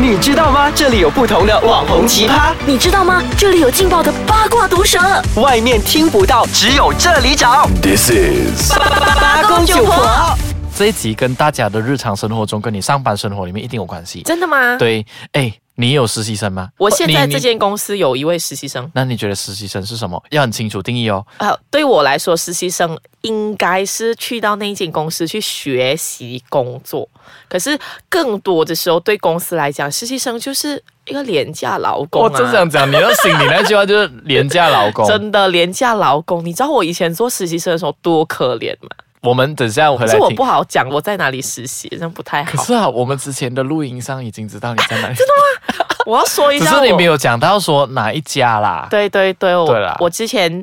你知道吗？这里有不同的网红奇葩，你知道吗？这里有劲爆的八卦毒舌，外面听不到，只有这里找。 This is 八公九婆，这一集跟大家的日常生活中，跟你上班生活里面一定有关系。真的吗？，对，哎，你有实习生吗？哦我现在你这。间公司有一位实习生你。那你觉得实习生是什么？要很清楚定义哦。呃，对我来说，实习生应该是去到那间公司去学习工作。可是更多的时候，对公司来讲，实习生就是一个廉价劳工、啊。我哦真想讲，你要心里那句话就是廉价老公。 真的廉价劳工。你知道我以前做实习生的时候多可怜吗？我们等下回可哦来是听。我不好讲我在哪里实习，这样不太可好是。啊，我们之前的录音上已经知道你在哪里，真的 我要说一只下我，是你没有讲到说哪一家啦。，对对对，我对啦我之前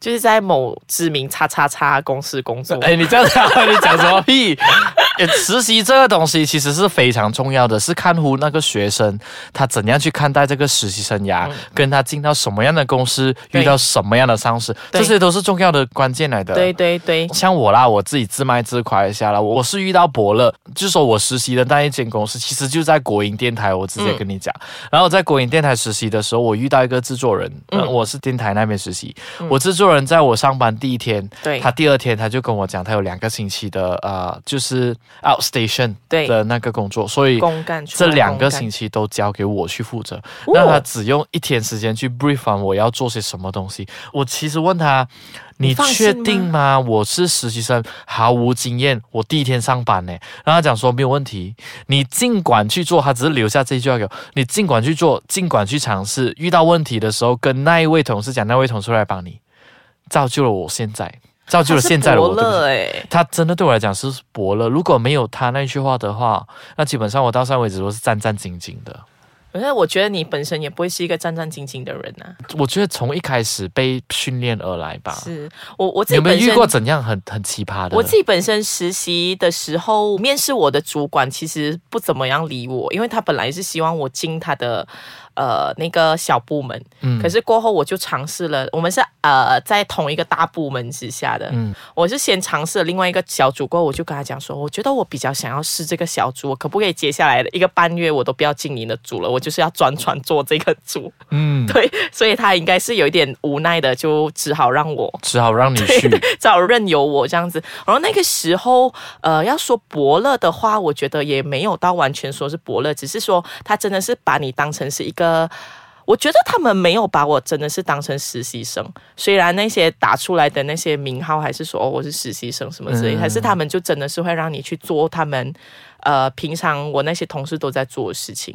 就是在某知名叉叉叉公司工作。哎，你这样 讲，你讲什么 屁？哎实习这个东西其实是非常重要的，是看乎那个学生他怎样去看待这个实习生涯，跟他进到什么样的公司，对遇到什么样的上司，对这些都是重要的关键来的。对对对，像我啦，我自己自卖自夸一下啦，我我是遇到伯乐，就说我实习的那一间公司，其实就在国营电台，我直嗯接跟你讲。然后我在国营电台实习的时候，我遇到一个制作人，嗯、我是电台那边实习，我制作人在我上班第一天，嗯对他第二天他就跟我讲，他有两个星期的呃，就是 outstation 对的那个工作，所以公干出这来两个公干哦星期都交给我去负责，那他只用一天时间去 brief 完我要做些什么东西。我其实问他，你放确心吗定吗？我是实习生，毫无经验，我第一天上班呢。然后他讲说没有问题，你尽管去做，他只是留下这句话给我，你尽管去做，尽管去尝试，遇到问题的时候跟那一位同事讲，那位同事会来帮你，造就了我现在，造 就了现在的我。他对是不伯起乐哎、他真的对我来讲是伯乐，如果没有他那句话的话，那基本上我到现在为止都是战战兢兢的。可是欸 我觉得你本身也不会是一个战战兢兢的人啊呐、我觉得从一开始被训练而来吧。是我我自你己有没有本身遇过怎样很很奇葩的？我自己本身实习的时候，面试我的主管其实不怎么样理我，因为他本来是希望我进他的呃那个小部门，嗯可是过后我就尝试了，我们是呃在同一个大部门之下的，嗯我是先尝试了另外一个小组，过后我就跟他讲说，我觉得我比较想要试这个小组，我可不可以接下来的一个半月我都不要进你的组了，我就是要专传做这个组，嗯， 对，所以他应该是有一点无奈的，就只好让我只好让你去。 找任由我这样子。然后那个时候，呃，要说伯乐的话，我觉得也没有到完全说是伯乐，只是说他真的是把你当成是一个。我觉得他们没有把我真的是当成实习生，虽然那些打出来的那些名号还是说、哦、我是实习生什么之类，嗯还是他们就真的是会让你去做他们，呃，平常我那些同事都在做的事情。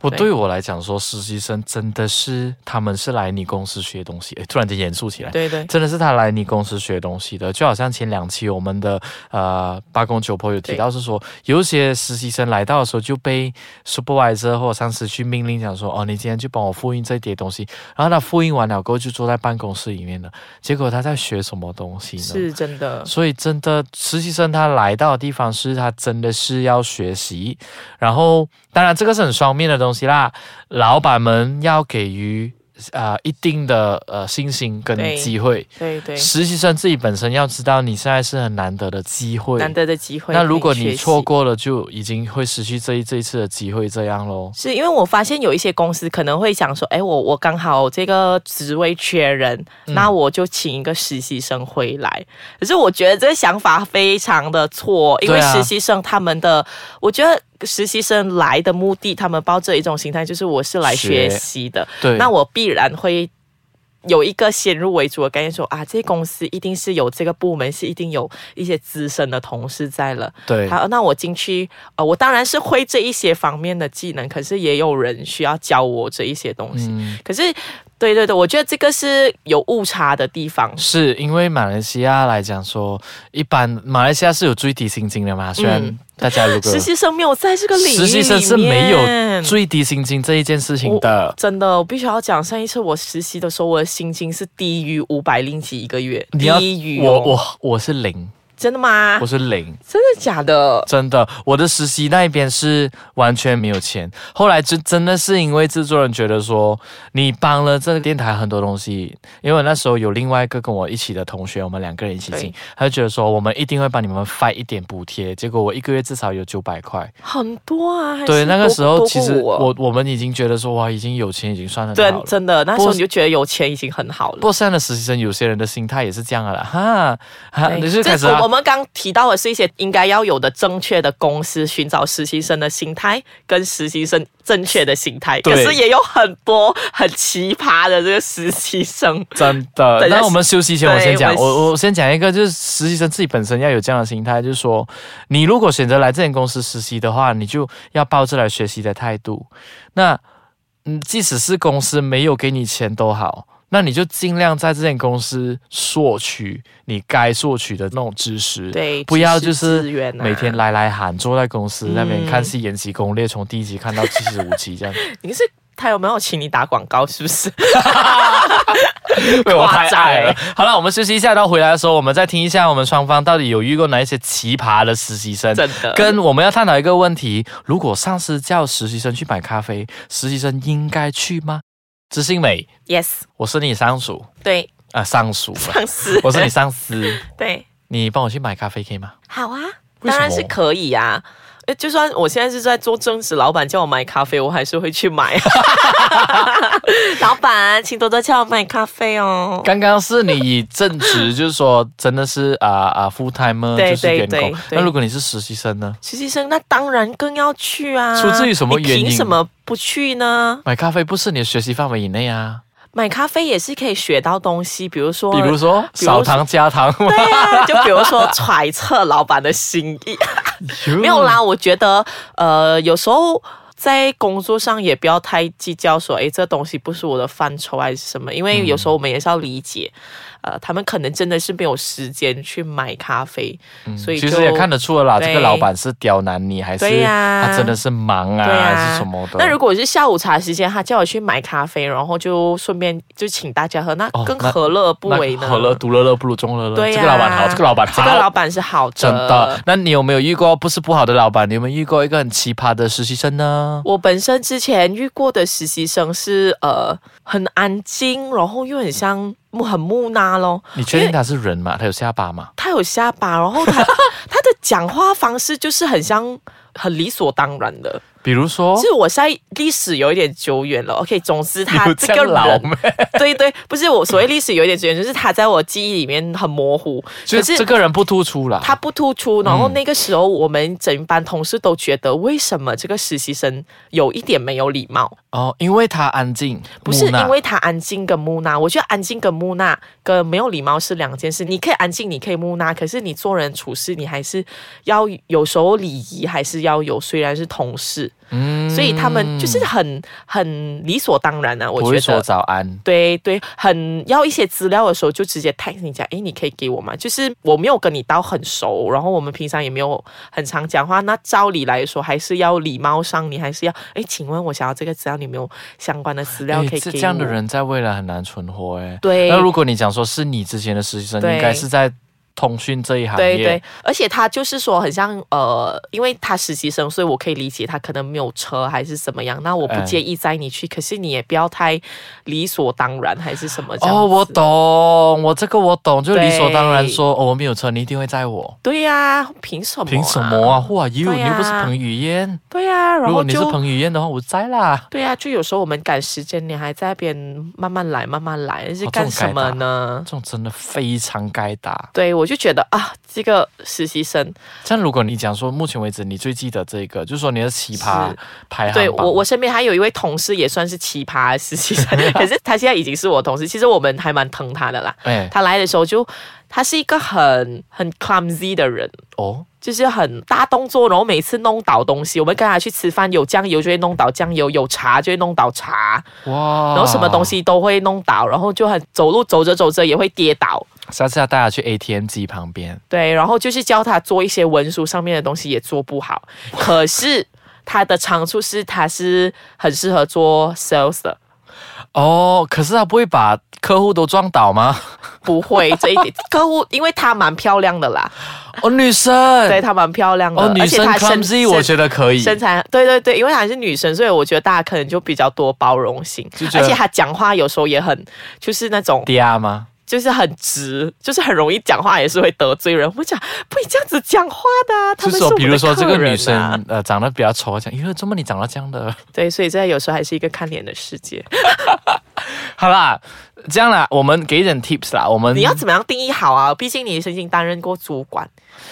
我对我来讲说，实习生真的是他们是来你公司学东西，诶突然间严肃起来。对对，真的是他来你公司学东西的，就好像前两期我们的呃八公九婆有提到是说，有一些实习生来到的时候就被 supervisor 或者上司去命令讲说，哦，你今天去帮我复印这一叠东西，然后他复印完了过后就坐在办公室里面了，结果他在学什么东西呢？是真的。所以真的，实习生他来到的地方是他真的是要学习，然后当然这个是很双面的东西啦，老板们要给予呃一定的呃信心跟对机会，对对，实习生自己本身要知道你现在是很难得的机会，难得的机会可以学那习。如果你错过了，就已经会失去这一这一次的机会，这样咯。是因为我发现有一些公司可能会想说，哎，我我刚好这个职位缺人，嗯那我就请一个实习生回来。可是我觉得这个想法非常的错，因为对啊实习生他们的，我觉得。实习生来的目的，他们抱着一种心态，就是我是来学学习的，对，那我必然会有一个先入为主的概念说，啊，这公司一定是有这个部门是一定有一些资深的同事在了，对好，那我进去，呃，我当然是会这一些方面的技能，可是也有人需要教我这一些东西。嗯可是，对对对，我觉得这个是有误差的地方。是因为马来西亚来讲说，一般马来西亚是有最低薪金的嘛，虽然嗯大家如果实习生没有在这个领域实习生是里没有面最低薪金这一件事情的。真的，我必须要讲，上一次我实习的时候，我的薪金是低于五百令吉一个月，哦啊你要低于、我我我是零，真的吗我？是零。真的假的？真的，我的实习那边是完全没有钱。后来就真的是因为制作人觉得说，你帮了这个电台很多东西，因为我那时候有另外一个跟我一起的同学，我们两个人一起进对，他就觉得说我们一定会帮你们发一点补贴。结果我一个月至少有九百块。很多啊，还是对，那个多时候多其过实我我我们已经觉得说哇，已经有钱已经算很好真了。真的那时候不你就觉得有钱已经很好不了。过现在的实习生有些人的心态也是这样的啦，哈，哈，对你就哎这开始我啊我们刚提到的是一些应该要有的正确的公司寻找实习生的心态，跟实习生正确的心态。对可是也有很多很奇葩的这个实习生，真的等。一下那我们休息前，对我先讲，我我我先讲一个，就是实习生自己本身要有这样的心态，就是说，你如果选择来这间公司实习的话，你就要抱着来学习的态度。那嗯，即使是公司没有给你钱都好。那你就尽量在这间公司索取你该索取的那种知识，对不要知就识是资源啊每天来来喊，坐在公司那边嗯看戏《延禧攻略》，从第一集看到七十五集这样。 你是他有没有请你打广告？是不 是？被 我太夸张爱了欸。好了，我们休息一下，到回来的时候，我们再听一下我们双方到底有遇过哪一些奇葩的实习生。真的跟我们要探讨一个问题：如果上司叫实习生去买咖啡，实习生应该去吗？知性美， Yes，我是你上属对，啊、上属，上司，我是你上司， 对，你帮我去买咖啡可以吗？好啊，为什么当然是可以啊。呃就算我现在是在做正职，老板叫我买咖啡，我还是会去 买。老板，请多多叫我买咖啡哦。刚刚是你以正职，就是说真的是啊啊、full timer 对就是员对工对。对那如果你是实习生呢？实习生那当然更要去啊。出自于什么原因你凭什么不去呢？买咖啡不是你的学习范围以内啊，买咖啡也是可以学到东西，比如说，比如说哦比如说少糖加糖 吗？对啊，就比如说揣测老板的心意。没有啦，我觉得呃，有时候在工作上也不要太计较说，诶，这东西不是我的范畴还是什么，因嗯为有时候我们也是要理解，呃，他们可能真的是没有时间去买咖啡，所以嗯其就实也看得出了啦，对这个老板是刁难你，还是对呀他真的是忙啊，对还啊，是什么的？那如果是下午茶时间，他叫我去买咖啡，然后就顺便就请大家喝，那哦跟那何乐不那为呢？何乐独乐乐不如众乐乐。对呀这个老板好，这个老板好，这个老板是好的，真的。。那你有没有遇过不是不好的老板？你有没有遇过一个很奇葩的实习生呢？我本身之前遇过的实习生是呃很安静，然后又很像木很木讷咯。你确定他是人吗？他有下巴吗？他有下巴，然 后他他的讲话方式就是很像很理所当然的。比如说，是我现在历史有一点久远了，OK，总之他有这这个样老 人，咩？对对，不是我所谓历史有一点久远，就是他在我记忆里面很模糊，就可是是这个嗯人不突出啦。他不突出。然后那个时候，我们整班同事都觉得，为什么这个实习生有一点没有礼貌？哦，因为他安静，不是木讷因为他安静跟木讷，我觉得安静跟木讷跟没有礼貌是两件事。你可以安静，你可以木讷，可是你做人处事，你还是要有时候礼仪还是要有。虽然是同事，嗯所以他们就是很很理所当然啊，我不觉会说得。早安。对对，很要一些资料的时候就直接 text 你讲，诶，你可以给我吗？就是我没有跟你到很熟，然后我们平常也没有很常讲话，那照理来说还是要礼貌上，你还是要，诶，请问我想要这个资料，你有没有相关的资料诶可以给哎这我？这样的人在未来很难存活哎。对那如果你讲说是你之前的实习生，对应该是在通讯这一行业，对对，而且他就是说，很像呃，因为他实习生，所以我可以理解他可能没有车还是怎么样。那我不哎介意载你去，可是你也不要太理所当然还是什么这样。哦，我。懂，我这个我懂，就理所当然对说哦，我没有车，你一定会载我。对呀、凭什么、凭什么啊？？Who are you？、对你呀又不是彭于晏。对呀、然如后果你是就彭于晏的话，我栽啦。对呀、啊就有时候我们赶时间，你还在那边慢慢来，慢慢来，是哦干这种什该么打呢？这种真的非常该打。对，我就觉得啊，这个实习生，像如果你讲说目前为止你最记得这个，就是说你的奇葩是排行榜，对我我身边还有一位同事也算是奇葩实 习生，可是他现在已经是我同事，其实我们还蛮疼他的啦。哎他来的时候就他是一个很很 clumsy 的人，哦，就是很大动作，然后每次弄倒东西。我们跟他去吃饭，有酱油就会弄倒酱油，有茶就会弄倒茶，哇，然后哦什么东？西都会弄倒，然后就很走路走着走着也会跌倒。下次要带他去 ATM 机旁边，对，然后就是教他做一些文书上面的东西也做 不好，可是他的长处是他是很适合做 sales 的。哦，可是他不会把 客户都撞倒吗？不会这一点，客户因为她蛮漂亮的啦，哦，女生，对她蛮漂亮的，哦，女生而且她身 clumsy 我觉得可以，身材，对对对，因为她是女生，所以我觉得大家可能就比较多包容性就，觉而得且她讲话有时候也很就是那种嗲吗？就是很直，就是很容易讲话也是会得罪人。我讲不能这样子讲话的啊、他就是们是说，我的比如说这个客人啊女生，呃，长得比较丑，我讲，哟，怎么你长得这样的？ 对，所以这有时候还是一个看脸的世界。嗯好啦，这样啦，我们给一点 tips 啦，我们你要怎么样定义好啊？毕竟你曾经担任过主管，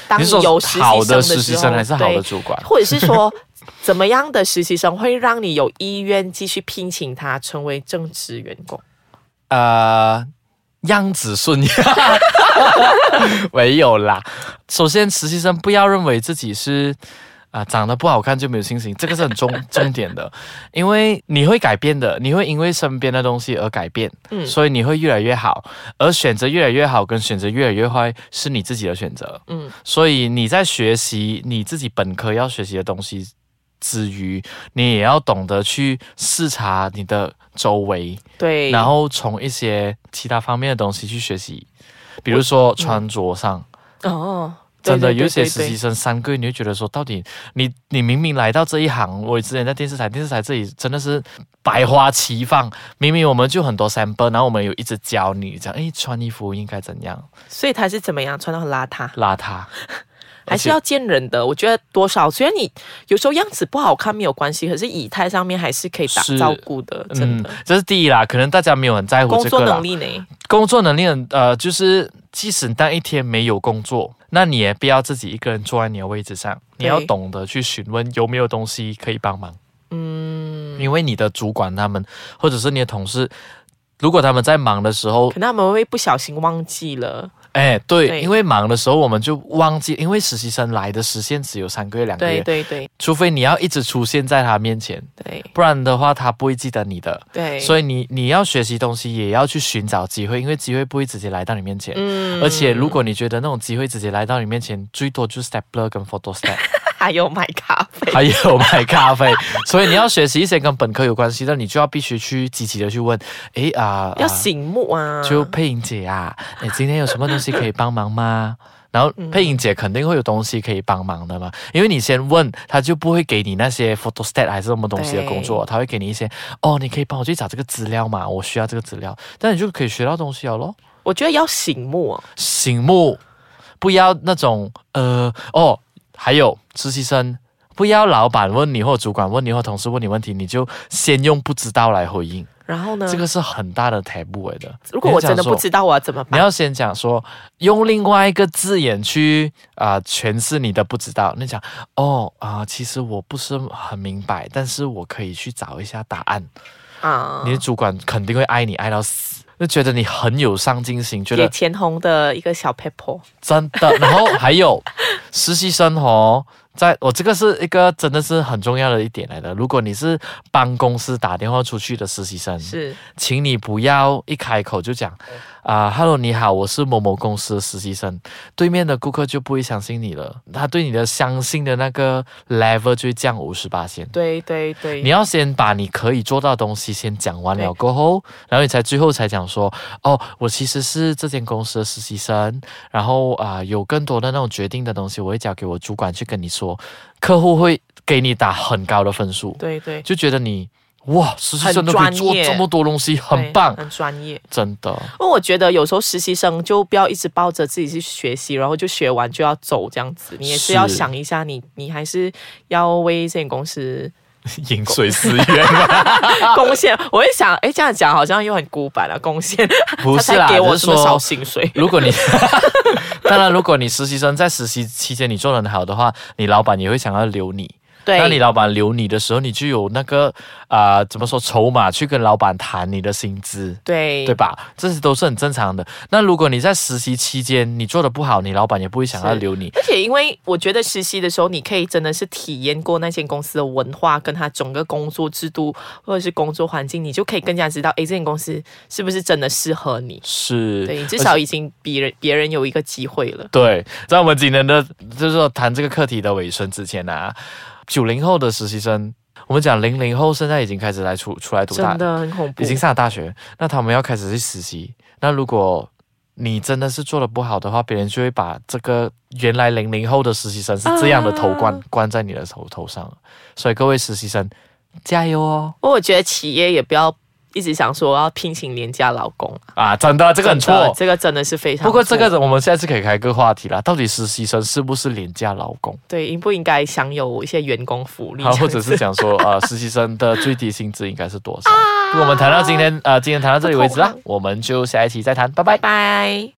当你是说有实习好生的的实习时候生还是好的对主管？ 或者是说怎么样的实习生会让你有意愿继续聘请他成为正职员工？呃，样子顺 眼，没有啦。首先，实习生不要认为自己是啊、长得不好看就没有信心，这个是很重重点 的，因为你会改变的，你会因为身边的东西而改变，嗯所以你会越来越好。而选择越来越好跟选择越来越坏是你自己的选择，嗯所以你在学习你自己本科要学习的东西之余，你也要懂得去视察你的周围。对，然后从一些其他方面的东西去学习，比如说穿着上，哦，对真的对对有一些对实习对生三个月，你就觉得说，到底你你明明来到这一行，我之前在电视台，电视台这里真的是百花齐放，明明我们就很多 sample，然后我们有一直教你讲，哎，穿衣服应该怎样，所以他是怎么样穿的很邋遢，邋遢，还是要见人的。我觉得多少，虽然你有时候样子不好看没有关系，可是仪态上面还是可以打是照顾的，真嗯的。，这是第一啦，可能大家没有很在乎工这作个啦能。力呢？工作能力很呃，就是即使当一天没有工作，那你也不要自己一个人坐在你的位置上，你对要懂得去询问有没有东西可以帮忙。嗯，因为你的主管他们或者是你的同事，如果他们在忙的时候，可能他们会不小心忘记了，哎，对，对因为忙的时候我们就忘记，因为实习生来的时限只有三个月、两个对月，对对除非你要一直出现在他面前，对不然的话他不会记得你的。对，所以以你你要学习东西，也要去寻找机会，因为机会不会直接来到你面前。嗯而且如果你觉得那种机会直接来到你面前，最多就是 Stepler 跟 Photo Step， 还有买咖啡，还有买咖啡。所以你要学习一些跟本科有关系的，你就要必须去积极的去问，诶啊，要啊醒目啊，就配音姐啊， 你今天有什么东西可以帮忙吗？ 然后嗯配音姐肯定会有东西可以帮忙的嘛，因为你先问，她就不会给你那些 photo stat 还是什么东西的工作，她会给你一些哦，你可以帮我去找这个资料嘛，我需要这个资料，但你就可以学到东西了咯。我觉得要醒目啊，醒目，不要那种呃哦，还有实习生，不要老板问你或主管问你或同事问你问题，你就先用不知道来回应，然后呢，这个是很大的 taboo 来的。嗯如果我真的你不要讲说知道我要怎么你办？要先讲说，用另外一个字眼去啊、诠释你的不知道。你讲哦啊、其实我不是很明白，但是我可以去找一下答案。啊，你的主管肯定会爱你爱到死，就觉得你很有上进心，觉给得钱红的一个小 paper，真的。然后还有实习生哦，在我这个是一个真的是很重要的一点来的。如果你是帮公司打电话出去的实习生，是请你不要一开口就讲嗯啊、h e l l o 你好，我是某某公司的实习生。对面的顾客就不会相信你了，他对你的相信的那个 level 就会降五十八线。对对对，你要先把你可以做到的东西先讲完了过后，然后你才最后才讲说，哦，我其实是这间公司的实习生，然后啊、有更多的那种决定的东西，我会交给我主管去跟你说，客户会给你打很高的分数，对对，就觉得你哇，实习生都可以很专做业这么多东西，很对棒，很专业。真的。因为我觉得有时候实习生就不要一直抱着自己去学习，然后就学完就要走这样子，你也是是要想一下你，你还是要为这间公司 饮水思源嘛，啊贡献。我会想，哎，这样讲好像又很古板啊，贡献不是他啦，才给我只是这么少说，薪 水，如果你 当然，如果你实习生在实习期间你做的很好的话，你老板也会想要留你。对，那你老板留你的时候，你就有那个啊、呃怎么说筹码去跟老板谈你的薪资，对对吧？这些都是很正常的。那如果你在实习期间你做的不好，你老板也不会想要是留你。而且，因为我觉得实习的时候，你可以真的是体验过那间公司的文化，跟它整个工作制度或者是工作环境，你就可以更加知道，哎诶，这间公司是不是真的适合你？是，对，至而且少已经比人别人有一个机会了。对，在我们今天的就是说谈这个课题的尾声之前呢、啊，九零后的实习生，我们讲零零后现在已经开始来出出来读大真的很恐怖已，经上了大学，那他们要开始去实习。那如果你真的是做的不好的话，别人就会把这个原来零零后的实习生是这样的头冠、啊冠在你的头头上，所以各位实习生加油哦！不过我觉得企业也不要一直想说要聘请廉价劳工，啊，真的这个很真的错。这个真的是非常错。不过这个我们下次可以开个话题啦，到底实习生是不是廉价劳工？对应不应该享有一些员工福利好，，这样或者子是讲说，呃，实习生的最低薪资应该是啊啊多少？我们谈到今天，呃，今天谈到这里为止啦好痛，我们就下一期再谈，拜拜拜。拜。